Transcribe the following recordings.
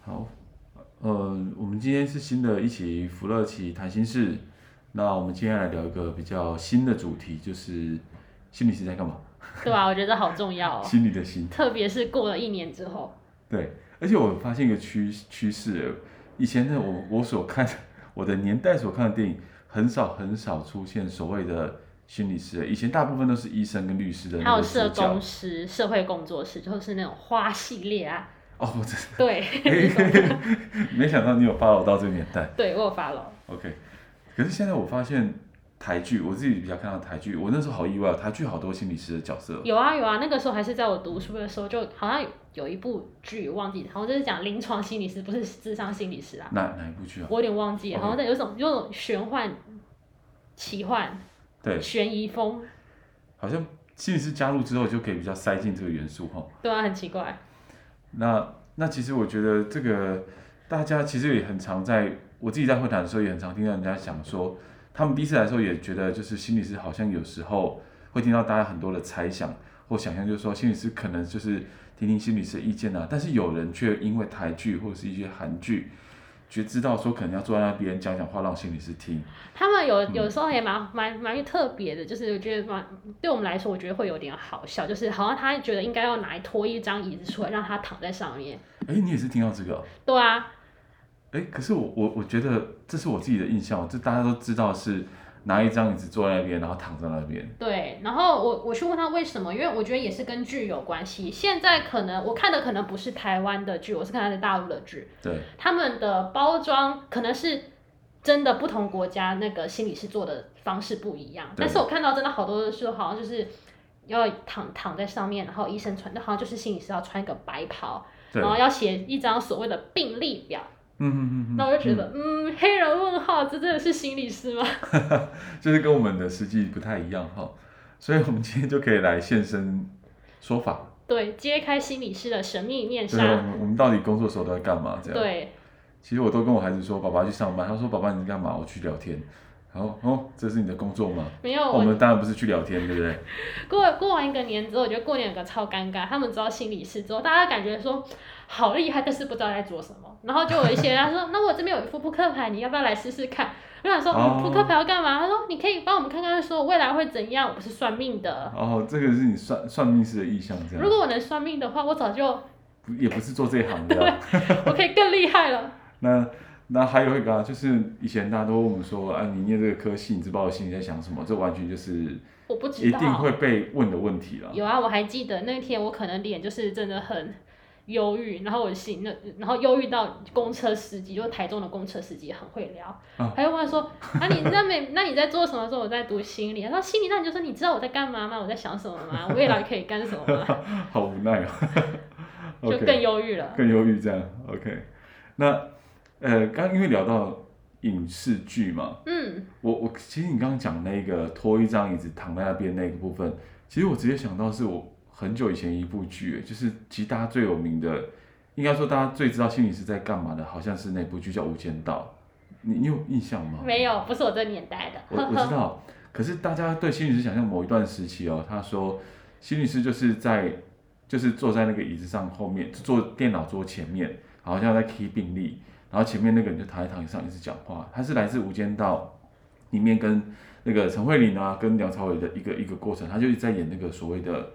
好，呃，我们今天是新的一期福乐奇谈心事，那我们今天来聊一个比较新的主题，就是心理是在干嘛？对吧、我觉得好重要哦，心理的心。特别是过了一年之后，对，而且我发现一个趋趋势，以前的我我所看我的年代所看的电影，很少很少出现所谓的心理师，以前大部分都是医生跟律师的还那有个社视工角。师、社会工作室，就是那种花系列啊，哦，我真对，的，没想到你有 follow 到这个年代。对我有发了， OK，可是现在我发现台剧，我自己比较看到台剧，我那时候好意外哦，台剧好多心理师的角色哦。有啊有啊，那个时候还是在我读书的时候，就好像有一部剧忘记，好像就是讲临床心理师，不是智商心理师啊，哪哪一部剧啊？我有点忘记了， OK 好像在有一种有一种玄幻、奇幻、对，悬疑风，好像心理师加入之后就可以比较塞进这个元素哈。对啊，很奇怪，那那其实我觉得这个大家其实也很常在我自己在会谈的时候也很常听到人家讲说，他们第一次来的时候也觉得就是心理师好像有时候会听到大家很多的猜想或想象，就是说心理师可能就是听听心理师的意见啊，但是有人却因为台剧或者是一些韩剧。觉知道说可能要坐在那边讲讲话让心理师听，他们有有时候也蛮蛮蛮特别的，就是我觉得蛮对我们来说，我觉得会有点好笑，就是好像他觉得应该要拿拖一张椅子出来让他躺在上面，哎，你也是听到这个哦、对啊，哎，可是我我我觉得这是我自己的印象，这大家都知道是拿一张椅子坐在那边，然后躺在那边。对。然后我我去问他为什么，因为我觉得也是跟剧有关系。现在可能我看的可能不是台湾的剧，我是看的大陆的剧，对，他们的包装可能是真的不同国家那个心理师做的方式不一样，对但是我看到真的好多的时候好像就是。要躺躺在上面，然后医生穿，好像就是心理师要穿一个白袍，对，然后嗯要写一张所谓的病历表，嗯嗯，那我就觉得，嗯，黑人问号，这真的是心理师吗？ 嗯就是跟我们的实际不太一样哈，所以我们今天就可以来现身说法，对，揭开心理师的神秘面就是我纱。们我们到底工作时候都在干嘛这样。对，其实我都跟我孩子说，爸爸去上班，他说爸爸你在干嘛？我去聊天。然后哦，这是你的工作吗？哦没有我我们当然不是去聊天，对不对？过过完一个年之后，我觉得过年有个超尴尬，他们知道心理师之后，大家感觉说好厉害，但是不知道在做什么。然后就有一些人他 说，那我这边有一副扑克牌，你要不要来试试看？我想说，哦嗯，扑克牌要干嘛？他说，你可以帮我们看看，说未来会怎样？我不是算命的，哦，这个是你算算命师的意向这如样，果我能算命的话，我早就不也不是做这一行的啊。 我可以更厉害了。那那还有一个啊，就是以前大家都问我们说，啊，你念这个科系，你知不知道我心里在想什么？这完全就是我不知一道，定会被问的问题了。有啊，我还记得那天我可能脸就是真的很忧郁，然后我心那然后忧郁到公车司机，就是台中的公车司机很会聊，啊还会问说啊你那没那你在做什么？说我在读心理，他说心理，那你就说你知道我在干嘛吗？我在想什么吗？未来可以干什么吗？好无奈啊、就 OK，更忧郁了。更忧郁这样。OK，那呃，刚因为聊到影视剧嘛，嗯，我我其实你刚刚讲那个拖一张椅子躺在那边那个部分，其实我直接想到是我很久以前一部剧，就是其实大家最有名的，应该说大家最知道心理师在干嘛的，好像是那部剧叫《无间道》，你你有印象吗？没有，不是我这年代的，我我知道，可是大家对心理师想象某一段时期哦，他说心理师就是在就是坐在那个椅子上后面，坐电脑桌前面，好像在 key 病历，然后前面那个人就躺在躺椅上一直讲话。他是来自《无间道》里面跟那个陈慧琳啊，跟梁朝伟的一个一个过程，他就一直在演那个所谓的，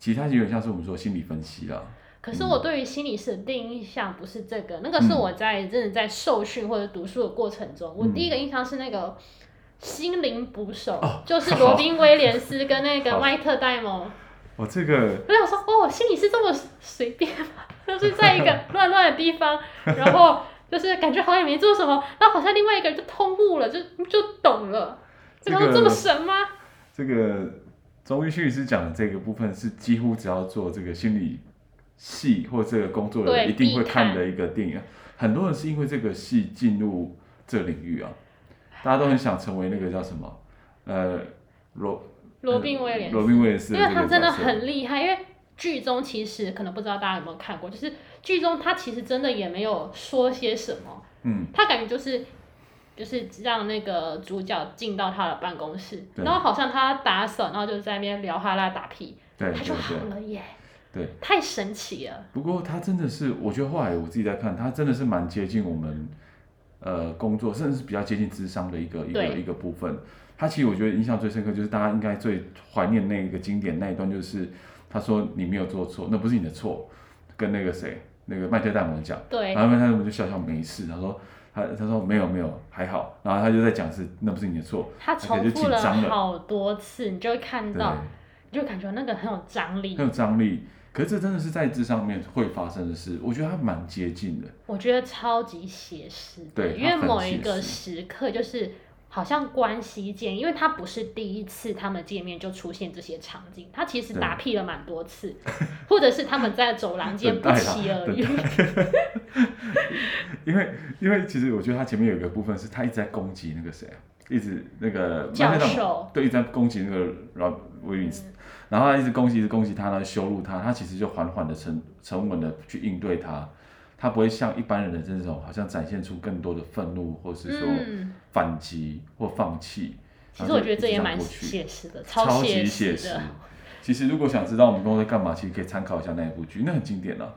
其实他有点像是我们说心理分析啦。可是我对于心理师的第一印象不是这个，那个是我在真的在受训或者读书的过程中，我第一个印象是那个心灵捕手，就是罗宾威廉斯跟那 个好迈特戴蒙。我这个我想说，哦，心理师这么随便吗？ 就是在一 个乱乱的地方，然后就是感觉好像也没做什么，然后好像另外一个人就通悟了，就就懂了。这这个这么个神吗？这个中医心理师讲的这个部分是几乎只要做这个心理系或这个工作的人对一定会必看看的一个电影啊。很多人是因为这个戏进入这个领域啊，大家都很想成为那个叫什么，呃，罗罗宾威廉斯罗宾威廉斯因的为这他个真的角色，很厉害，因为剧中其实可能不知道大家有没有看过，就是剧中他其实真的也没有说些什么，嗯，他感觉就是就是让那个主角进到他的办公室，对然后好像他打扫，然后就在那边聊哈拉打屁，对他对就好对。了耶。对，太神奇了。不过他真的是，我觉得后来我自己在看，他真的是蛮接近我们呃工作，甚至是比较接近智商的一个一个对一个部分。他其实我觉得印象最深刻就是大家应该最怀念那个经典那一段，就是他说你没有做错，那不是你的错，跟那个谁那个麦特戴蒙讲，对，然后麦特戴蒙就笑笑没事，他说他他说没有没有还好，然后他就在讲是那不是你的错，他重复了好多次，你就会看对，到，很你就感觉那个很有 张力。有张力。可是这真的是在智商面会发生的事，我觉得他蛮接近的。我觉得超级写实的，对因为它很某一个写时刻就是好像关系见，因为他不是第一次他们见面就出现这些场景，他其实对打屁了蛮多次， 或者是他们在走廊间等不待啦期而遇。因为因为其实我觉得他前面有一个部分是他一直在攻击那个谁啊，一直那个教麦克授唐对，一直在攻击那个 Rob Williams，、然后他一直攻击，一直攻击他，然后羞辱他，他其实就缓缓的沉沉稳的去应对他，他不会像一般人的这种好像展现出更多的愤怒或是说嗯，反击或放弃。其实我觉得这也然蛮后就一直样过去写实的，超级写写实实的，。其实如果想知道我们公司在干嘛，其实可以参考一下那一部剧，那很经典啊。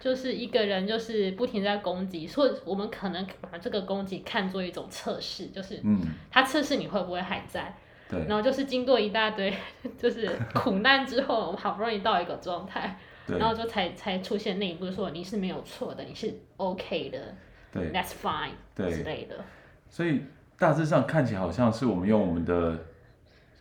就是一个人就是不停在攻击，所以我们可能把这个攻击看作一种测试，就是嗯，他测试你会不会还在。对。然后就是经过一大堆 就是苦难之后，我们好不容易到一个状态，对然后就才才出现那一步说你是没有错的，你是 OK 的对，That's fine 对之类的。所以大致上看起来好像是我们用我们的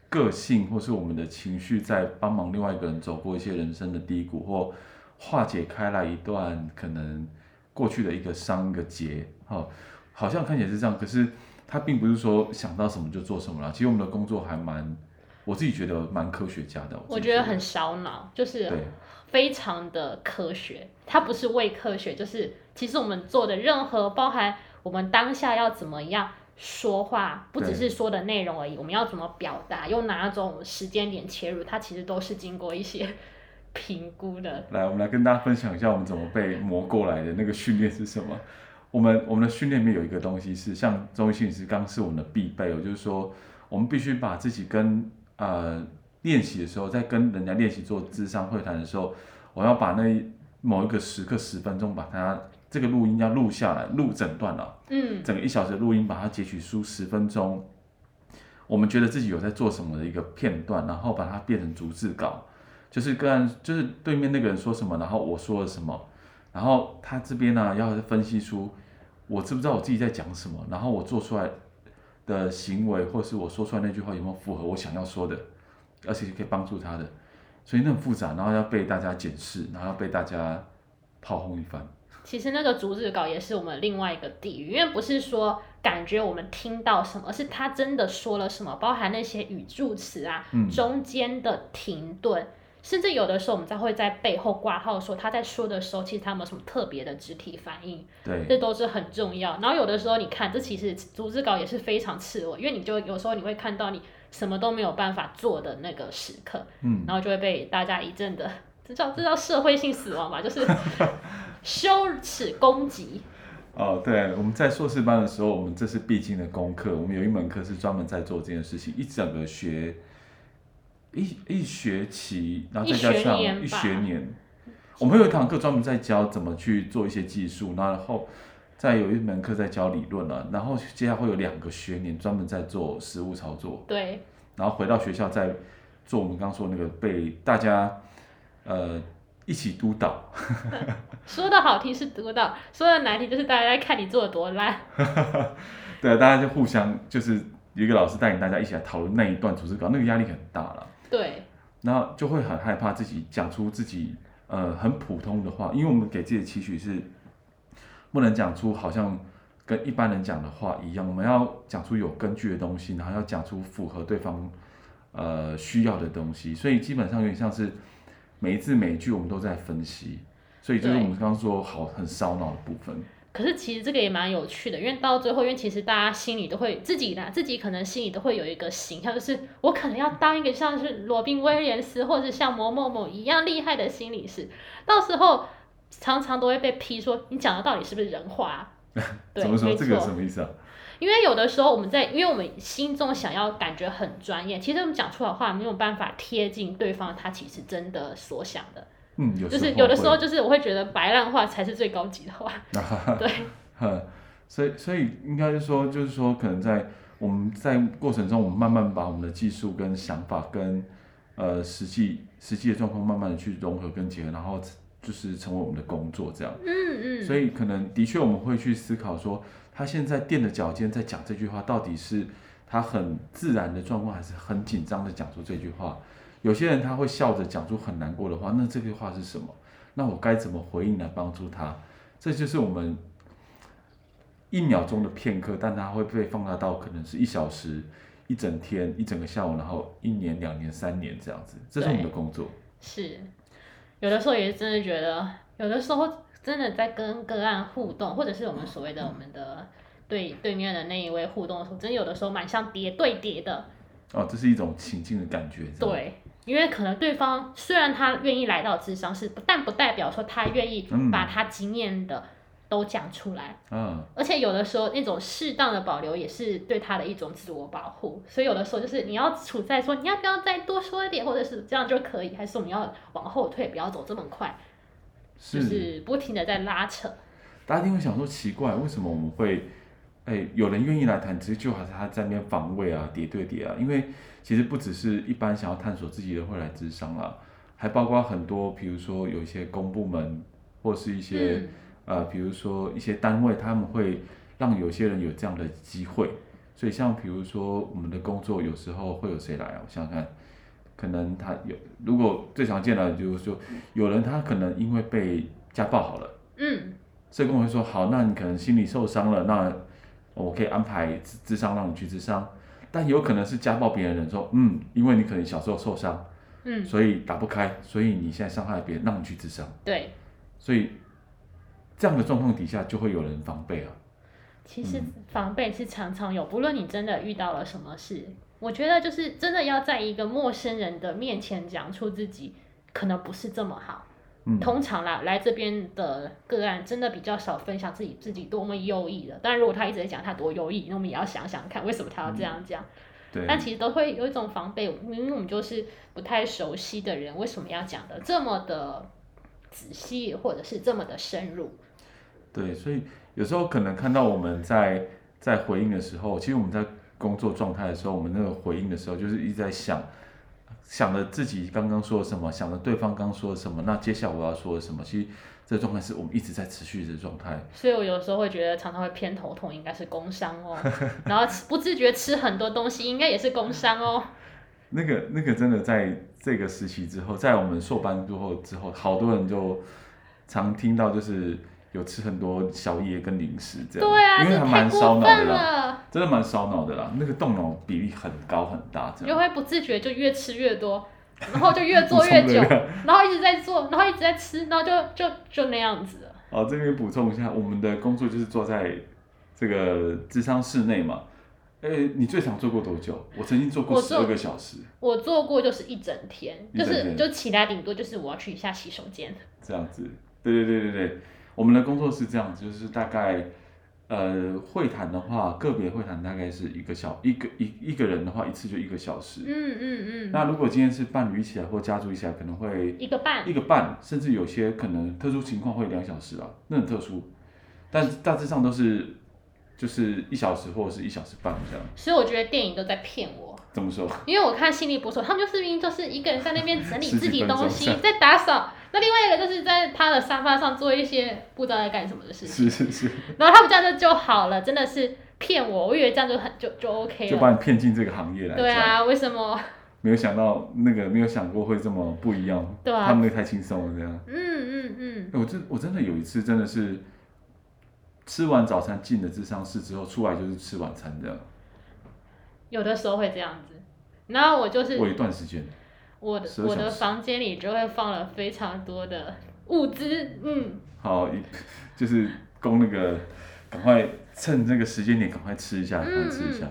个性或是我们的情绪在帮忙另外一个人走过一些人生的低谷，或化解开来一段可能过去的一个伤一个结，哦，好像看起来是这样，可是他并不是说想到什么就做什么啦。其实我们的工作还蛮，我自己觉得蛮科学家的，我自己觉得很烧脑，就是对非常的科学，它不是伪科学，就是其实我们做的任何，包含我们当下要怎么样说话，不只是说的内容而已，我们要怎么表达，用哪种时间点切入，它其实都是经过一些 评估的。来，我们来跟大家分享一下我们怎么被磨过来的那个训练是什么。我们我们的训练里面有一个东西是像中医心理师刚是我们的必备哦，就是说我们必须把自己跟呃练习的时候，在跟人家练习做智商会谈的时候，我要把那某一个时刻十分钟把它这个录音要录下来，录整段啊了。嗯，整个一小时的录音，把它截取出十分钟，我们觉得自己有在做什么的一个片段，然后把它变成逐字稿，就是个案，就是对面那个人说什么，然后我说了什么，然后他这边呢、要分析出我知不知道我自己在讲什么，然后我做出来的行为或是我说出来那句话有没有符合我想要说的，而且可以帮助他的，所以那很复杂，然后要被大家检视，然后要被大家炮轰一番，其实那个逐字稿也是我们另外一个地狱，因为不是说感觉我们听到什么，而是他真的说了什么，包含那些语助词啊，嗯中间的停顿，甚至有的时候我们在会在背后挂号说他在说的时候，其实他有没有什么特别的肢体反应，对这都是很重要。然后有的时候你看，这其实逐字稿也是非常赤裸，因为你就有时候你会看到你什么都没有办法做的那个时刻，嗯。然后就会被大家一阵的，这叫这叫社会性死亡吧，就是 羞耻攻击。哦，对，我们在硕士班的时候，我们这是必经的功课。我们有一门课是专门在做这件事情，一整个学一一学期，然后再加一学上年一吧学年，我们有一堂课专门在教怎么去做一些技术，然后再有一门课在教理论了、然后接下来会有两个学年专门在做实物操作。对，然后回到学校再做我们刚说那个被大家呃一起督导，说的好听是读到，说的难听就是大家在看你做的多烂。对，啊大家就互相就是有一个老师带领大家一起来讨论那一段组织稿，那个压力很大了，对，那就会很害怕自己讲出自己呃很普通的话，因为我们给自己的期许是不能讲出好像跟一般人讲的话一样，我们要讲出有根据的东西，然后要讲出符合对方呃需要的东西，所以基本上有点像是每一字每一句我们都在分析，所以就是我对们刚刚说好很烧脑的部分，可是其实这个也蛮有趣的，因为到最后，因为其实大家心里都会自己啦，自己可能心里都会有一个形象，就是我可能要当一个像是罗宾威廉斯或者像某某某一样厉害的心理师，到时候常常都会被批说你讲的到底是不是人话、 啊？对，怎么说没这错。个什么意思啊？因为有的时候我们在，因为我们心中想要感觉很专业，其实我们讲出来的话没有办法贴近对方他其实真的所想的，嗯，有就是有的时候会就是我会觉得白烂话才是最高级的话，对，哼，所以所以应该是说，就是说，可能在我们在过程中，我们慢慢把我们的技术跟想法跟呃实际实际的状况，慢慢的去融合跟结合，然后就是成为我们的工作这样。嗯嗯，所以可能的确我们会去思考说，他现在垫着脚尖在讲这句话，到底是他很自然的状况，还是很紧张的讲出这句话？有些人他会笑着讲出很难过的话，那这句话是什么？那我该怎么回应来帮助他？这就是我们一秒钟的片刻，但它会被放大到可能是一小时、一整天、一整个下午，然后一年、两年、三年这样子，这是我们的工作。是，有的时候也真的觉得，有的时候真的在跟个案互动，或者是我们所谓的我们的对对面的那一位互动的时候，真的有的时候蛮像叠对叠的，哦，这是一种情境的感觉。这样，对。因为可能对方虽然他愿意来到智商室，但不代表说他愿意嗯把他经验的都讲出来。嗯，而且有的时候那种适当的保留也是对他的一种自我保护，所以有的时候就是你要处在说你要不要再多说一点，或者是这样就可以，还是我们要往后退，不要走这么快，就是不停的在拉扯。大家一定会想说奇怪，为什么我们会，哎、有人愿意来谈，其实就好像他在那边防卫啊，叠对叠啊，因为其实不只是一般想要探索自己的人会来智商啦，还包括很多，比如说有一些公部门或是一些、嗯，呃，比如说一些单位，他们会让有些人有这样的机会，所以像比如说我们的工作，有时候会有谁来啊？我想想看。可能他有，如果最常见的就是说，有人他可能因为被家暴好了，嗯，社工会说好，那你可能心理受伤了，那我可以安排智智商让你去智商，但有可能是家暴别人的人说，嗯，因为你可能小时候受伤，嗯，所以打不开，所以你现在伤害别人，让你去智商，对，所以这样的状况底下就会有人防备啊，其实嗯防备是常常有，不论你真的遇到了什么事，我觉得就是真的要在一个陌生人的面前讲出自己可能不是这么好。嗯，通常啦，来这边的个案真的比较少分享自己自己多么优异的。但如果他一直在讲他多优异，那我们也要想想看，为什么他要这样讲？对，但其实都会有一种防备，明明我们就是不太熟悉的人，为什么要讲的这么的仔细，或者是这么的深入？对，所以有时候可能看到我们在在回应的时候，其实我们在工作状态的时候，我们那个回应的时候，就是一直在想，想着自己刚刚说了什么，想着对方刚说了什么，那接下来我要说了什么。其实这个状态是我们一直在持续的状态。所以我有时候会觉得常常会偏头痛，应该是工伤 哦。然后吃不自觉吃很多东西，应该也是工伤哦。那个那个真的在这个时期之后，在我们硕班之后之后，好多人就常听到就是有吃很多宵夜跟零食这样，对啊，因为这还太蛮烧脑过的分啦，了，真的蛮烧脑的啦，那个动脑比例很高很大这就样。会不自觉就越吃越多，然后就越做越补充久能量，然后一直在做，然后一直在吃，然后就就就那样子了。 哦，这边补充一下，我们的工作就是坐在这个智商室内嘛。呃，你最长做过多久？我曾经做过我十做二个小时，我做过就是一整天，一就整是天就起来顶多就是我要去一下洗手间。这样子。对对对对对，我们的工作是这样子，就是大概呃会谈的话，个别会谈大概是一个小一个一一个人的话，一次就一个小时。嗯嗯那嗯，如果今天是伴侣一起来或家族一起来，可能会一个半一。个半，甚至有些可能特殊情况会两小时啊，那很特殊，但大致上都是就是一小时或者是一小时半这样。所以我觉得电影都在骗我。怎么说？因为我看心理捕手，他们就是明明就是一个人在那边整理十几自己东分西钟，在打扫，那另外一个就是在他的沙发上做一些不知道在干什么的事情，是是是，然后他们这样就就好了，真的是骗我，我以为这样就很就就 OK 就了。把你骗进这个行业来。啊对这样，啊，为什么？没有想到那个没有想过会这么不一样。对啊他们那个太轻松了这样。嗯嗯嗯，哎我真我真的有一次真的是吃完早餐进了智商室之后，出来就是吃晚餐这样。有的时候会这样子。然后我就是我有一段时间，我的12我的小时房间里就会放了非常多的物资，嗯，好，一 就是供那个，赶快趁这个时间点赶快吃一下，赶快吃嗯一下。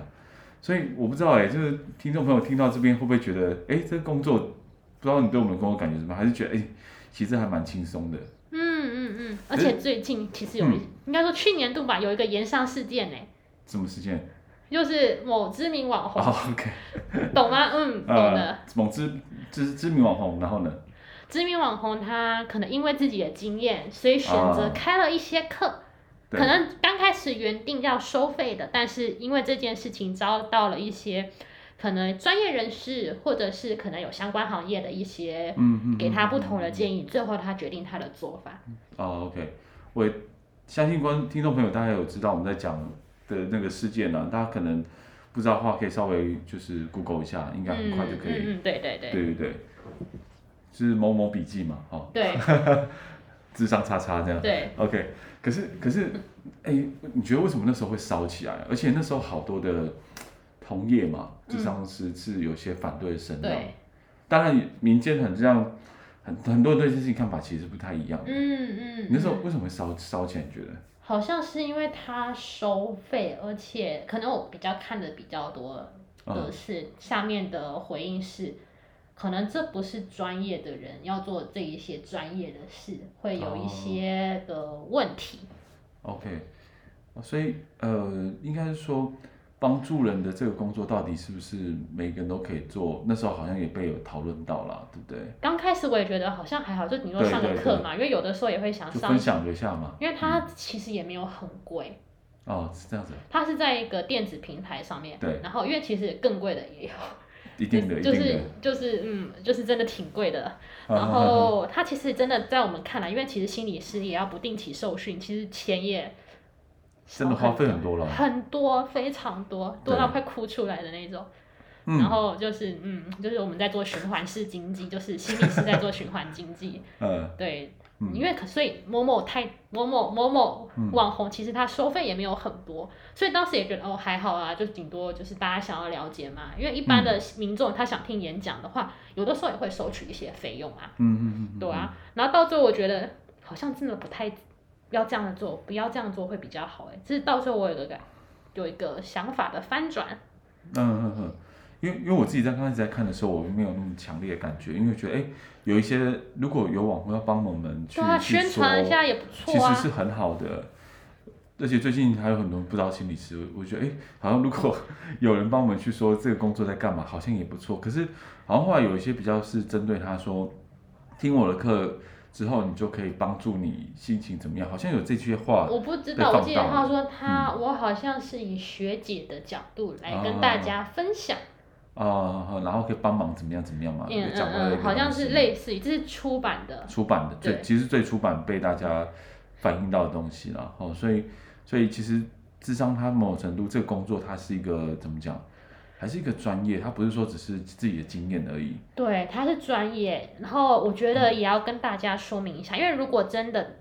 所以我不知道哎、就是听众朋友听到这边会不会觉得，哎、这个工作不知道你对我们的工作感觉怎么样，还是觉得哎、其实还蛮轻松的。嗯嗯嗯，而可是且最近其实有一，嗯应该说去年度吧，有一个延上事件呢、什么时间？就是某知名网哦红，哦，OK，懂吗？嗯，懂的。呃，某知知知名网红，然后呢？知名网红他可能因为自己的经验，所以选择啊开了一些课。对可能刚开始原定要收费的，但是因为这件事情遭到了一些可能专业人士或者是可能有相关行业的一些嗯嗯，给他不同的建议，最后他决定他的做法。哦，OK，我也相信观听众朋友大家有知道我们在讲的那个事件呢、啊大家可能不知道的话，可以稍微就是 Google 一下，应该很快就可以。嗯嗯嗯，对对对对对对，就是某某笔记嘛，哦， 对智商叉叉这样。对， OK，可是可是，哎、你觉得为什么那时候会烧起来？而且那时候好多的同业嘛，智商师是有些反对的声浪。嗯对当然，民间很这样，很很多人对这件事情看法其实不太一样。嗯嗯你。那时候嗯为什么会烧烧钱？你觉得？好像是因为他收费，而且可能我比较看的比较多啊的是、下面的回应是，可能这不是专业的人要做这一些专业的事，会有一些的问题。 OK，哦所以呃，应该是说帮助人的这个工作到底是不是每个人都可以做？那时候好像也被有讨论到啦，对不对？刚开始我也觉得好像还好，就你说对上个对课嘛，因为有的时候也会想就上分，享一下嘛。因为它其实也没有很贵，哦，是这样子，它是在一个电子平台上面，对然后因为其实更贵的也有，一定的，一就定是的。就是嗯，就是真的挺贵的。啊然后他其实真的在我们看来，因为其实心理师也要不定期受训，其实钱也真的花费很多了。很多，非常多，多到嗯对快哭出来的那种。嗯然后就是嗯，就是我们在做循环式经济，就是心理师在做循环经济。呃，对， 嗯因为可所以某某太某某某某嗯网红，其实他收费也没有很多，所以当时也觉得哦还好啊，就顶多就是大家想要了解嘛。因为一嗯般的民众他想听演讲的话，有的时候也会收取一些费用啊。嗯嗯嗯嗯，对啊，然后到最后我觉得好像真的不太要这样的做，不要这样做会比较好哎。这是到最后我有个感，有一个想法的翻转。嗯嗯嗯，因为因为我自己在刚开始在看的时候，我没有那么强烈的感觉，因为觉得哎，有一些如果有网红要帮我们去对啊，去宣传一说下也不其错实啊。是很好的。而且最近还有很多人不知道心理师，我觉得哎、诶好像如果 有人帮我们去说这个工作在干嘛，好像也不错。可是好像后来有一些比较是针对他说，听我的课之后，你就可以帮助你心情怎么样，好像有这句话。我不知被道，我放记得大他了嗯说他，我好像是以学姐的角度来跟大家分享，啊、然后可以帮忙怎么样怎么样嘛，嗯有嗯啊讲到一个嗯，好像东西是类似于这是出版的，出版的最对其实最出版被大家反映到的东西啦，哦，所以所以其实智商它某种程度这个工作它是一个怎么讲，还是一个专业，它不是说只是自己的经验而已，对，他是专业，然后我觉嗯得也要跟大家说明一下，因为如果真的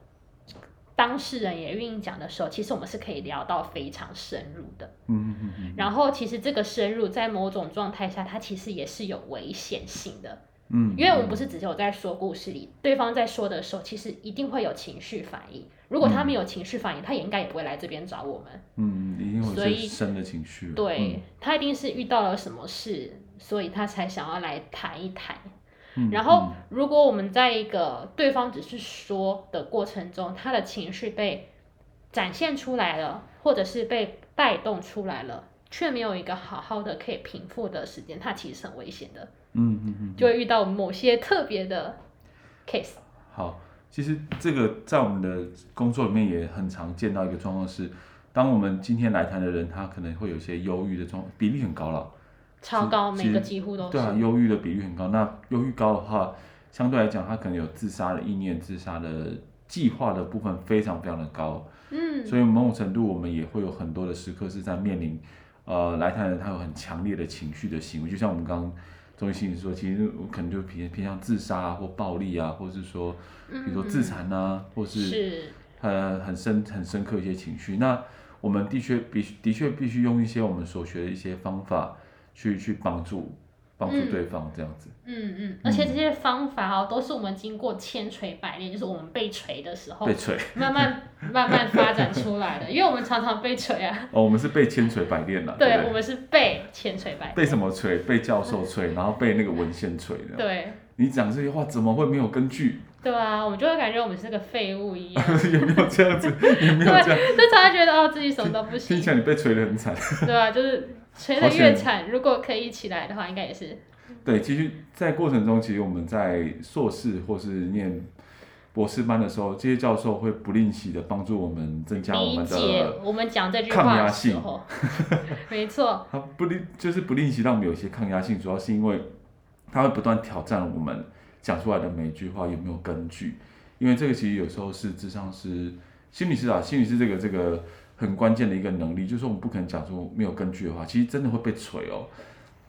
当事人也愿意讲的时候，其实我们是可以聊到非常深入的。嗯嗯嗯然后其实这个深入在某种状态下，它其实也是有危险性的，嗯，因为我们不是只有在说故事里，对方在说的时候，其实一定会有情绪反应。如果他没有情绪反应，他也应该也不会来这边找我们。嗯，一定会所有一以些深的情绪，对、他一定是遇到了什么事，所以他才想要来谈一谈。嗯，嗯然后，如果我们在一个对方只是说的过程中，他的情绪被展现出来了，或者是被带动出来了，却没有一个好好的可以平复的时间，它其实很危险的，嗯嗯嗯，就会遇到某些特别的 case。好，其实这个在我们的工作里面也很常见到一个状况是，当我们今天来谈的人，他可能会有一些忧郁的状，比例很高了。超高，其每实个几乎都是对。啊，忧郁的比率很高。那忧郁高的话，相对来讲，他可能有自杀的意念、自杀的计划的部分非常非常的高。嗯，所以某种程度，我们也会有很多的时刻是在面临，呃，来谈人他有很强烈的情绪的行为，就像我们刚刚中医心理说，其实我可能就偏偏向自杀啊，或暴力啊，或是说，比如说自残啊，或是是呃很深很深刻一些情绪。那我们的确必须的确必须用一些我们所学的一些方法去去帮助帮助嗯对方这样子。嗯嗯，而且这些方法哦，都是我们经过千锤百炼，就是我们被锤的时候被，锤慢慢慢慢发展出 来的。因为我们常常被锤啊，哦，我们是被千锤百炼了，对不我啊对？们是被千锤百炼。被什么锤？被教授锤，然后被那个文献锤啊的。对你讲这些话怎么会没有根据？ 对啊，我们就会感觉我们是个废物一样，有没有这样子？ 有 没有这样？ 就常常觉得哦自己什么都不听行起，来你被锤得很惨。对啊，就是吹得好越险惨，如果可以一起来的话，应该也是对，其实，在过程中，其实我们在硕士或是念博士班的时候，这些教授会不吝惜的帮助我们增加我理们解的，我们讲这句抗话压的时性候， 没错，他不吝就是不吝惜让我们有一些抗压性，主要是因为他会不断挑战我们讲出来的每一句话有没有根据，因为这个其实有时候是智商是心理师啊，心理师这个这个很关键的一个能力，就是我们不可能讲出没有根据的话，其实真的会被锤哦。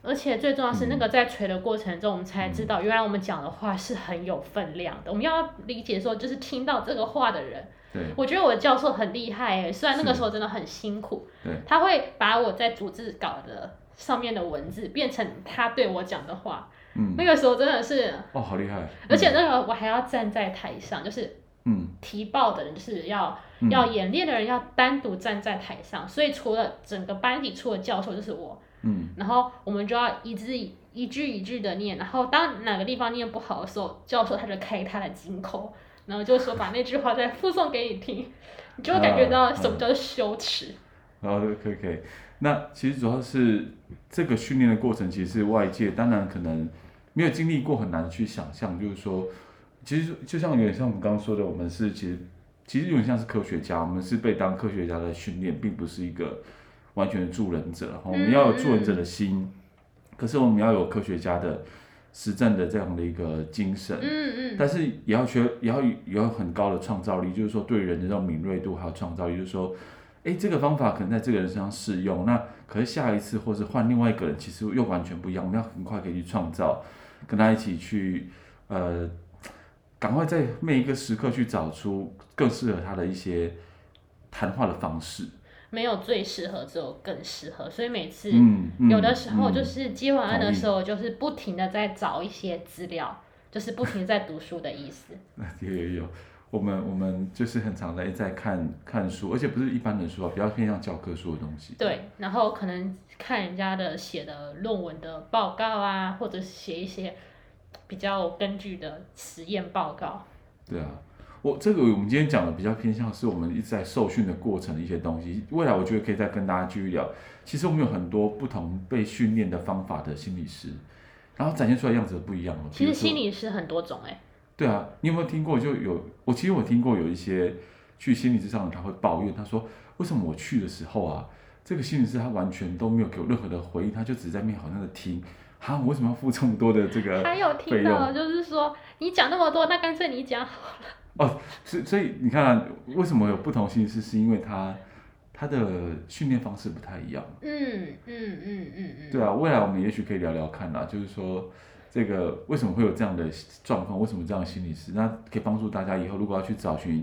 而且最重要是那嗯个在锤的过程中，我们才知道原来我们讲的话是很有分量的。我们要理解说，就是听到这个话的人，对我觉得我的教授很厉害诶，虽然那个是时候真的很辛苦，对，他会把我在逐字稿的上面的文字变成他对我讲的话，嗯那，个时候真的是，哦，好厉害，而且那个我还要站在台上，就是嗯，提报的人就是要、嗯要演练的人要单独站在台上，所以除了整个班级除了教授就是我，嗯然后我们就要一字一句一句的念，然后当哪个地方念不好的时候，教授他就开他的金口，然后就说把那句话再附送给你 听，你就会感觉到什么叫做羞耻。然后可以可以。那其实主要是这个训练的过程，其实是外界当然可能没有经历过，很难去想象。就是说，其实就像有点像我们刚刚说的，我们是其实其实有点像是科学家，我们是被当科学家来训练，并不是一个完全的助人者。然后我们要有助人者的心，可是我们要有科学家的实证的这样的一个精神。嗯嗯，但是也要学，也要有也要很高的创造力，就是说对人的这种敏锐度还有创造力，就是说，哎，这个方法可能在这个人身上适用，那可是下一次或是换另外一个人，其实又完全不一样。我们要很快可以去创造，跟他一起去，呃，赶快在每一个时刻去找出更适合他的一些谈话的方式。没有最适合，只有更适合。所以每次、嗯，嗯有的时候就嗯是接晚安的同意时候，就是不停的在找一些资料，就是不停地在读书的意思。有有有，我们我们就是很常在在看看书，而且不是一般的书啊，比较偏向教科书的东西。对，然后可能看人家的写的论文的报告啊，或者是写一些比较有根据的实验报告。对啊，我这个我们今天讲的比较偏向是我们一直在受训的过程的一些东西，未来我觉得可以再跟大家继续聊。其实我们有很多不同被训练的方法的心理师，然后展现出来的样子不一样了。哦其比如实说心理是很多种哎、对啊，你有没有听过？就有我其实我听过有一些去心理咨商的，他会抱怨，他说为什么我去的时候啊，这个心理师他完全都没有给我任何的回应，他就只在面好像在听，哈，我为什么要付这么多的这个？还有听呃费到用就是说你讲那么多，那干脆你讲好。所以所以你看啊、为什么有不同心理师，是因为他他的训练方式不太一样。嗯嗯嗯嗯嗯，对啊，未来我们也许可以聊聊看啦，啊就是说这个为什么会有这样的状况，为什么这样的心理师，那可以帮助大家以后如果要去找寻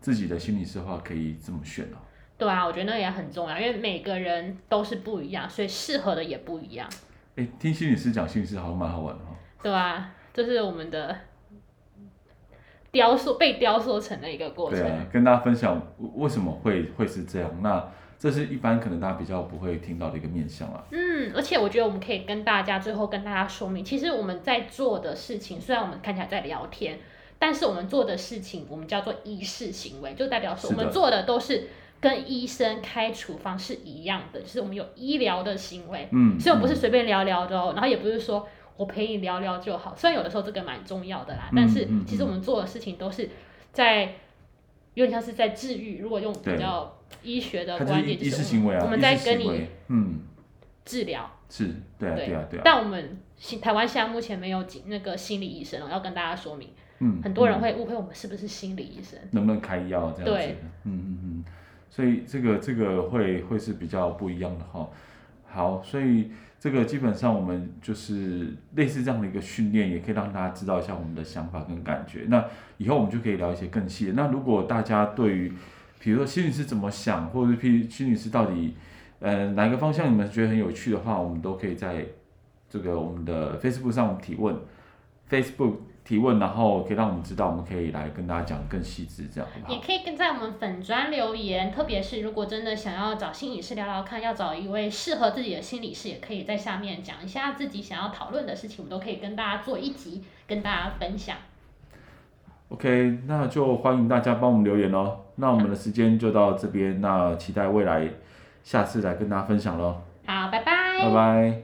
自己的心理师的话，可以这么选哦、对啊，我觉得那也很重要，因为每个人都是不一样，所以适合的也不一样。诶，听心理师讲心理师好像蛮好玩的哦。对啊，这、是我们的雕塑被雕塑成的一个过对程。啊，跟大家分享为什么会会是这样，那这是一般可能大家比较不会听到的一个面向啊啦。嗯，而且我觉得我们可以跟大家最后跟大家说明，其实我们在做的事情，虽然我们看起来在聊天，但是我们做的事情，我们叫做医事行为，就代表说是我的们做的都是跟医生开处方是一样的，就是我们有医疗的行为，嗯，所以我不是嗯随便聊聊的哦，然后也不是说我陪你聊聊就好，虽然有的时候这个蛮重要的啦，嗯但是嗯其实我们做的事情都是在。有点像是在治愈，如果用比对较医学的它就是观医点，医就师是我行为们啊，我们医在师跟行你为嗯，治疗，是对啊，对啊，对啊，但我们新台湾现在目前没有警那个心理医生哦，要跟大家说明，嗯，很多人嗯会误会我们是不是心理医生。能不能开药这样子对，嗯嗯嗯，所以这个这个会会是比较不一样的哈。好，所以这个基本上我们就是类似这样的一个训练，也可以让大家知道一下我们的想法跟感觉。那以后我们就可以聊一些更细的。那如果大家对于比如说心理师怎么想，或者是譬如心理师到底呃哪一个方向你们觉得很有趣的话，我们都可以在这个我们的 Facebook 上提问，Facebook 提问，然后可以让我们知道，我们可以来跟大家讲更细致，这样好不也好？可以跟在我们粉砖留言，特别是如果真的想要找心理师聊聊看，要找一位适合自己的心理师，也可以在下面讲一下自己想要讨论的事情，我们都可以跟大家做一集跟大家分享。 OK，那就欢迎大家帮我们留言哦。那我们的时间就到这边，那期待未来下次来跟大家分享喽，好，拜拜。拜拜。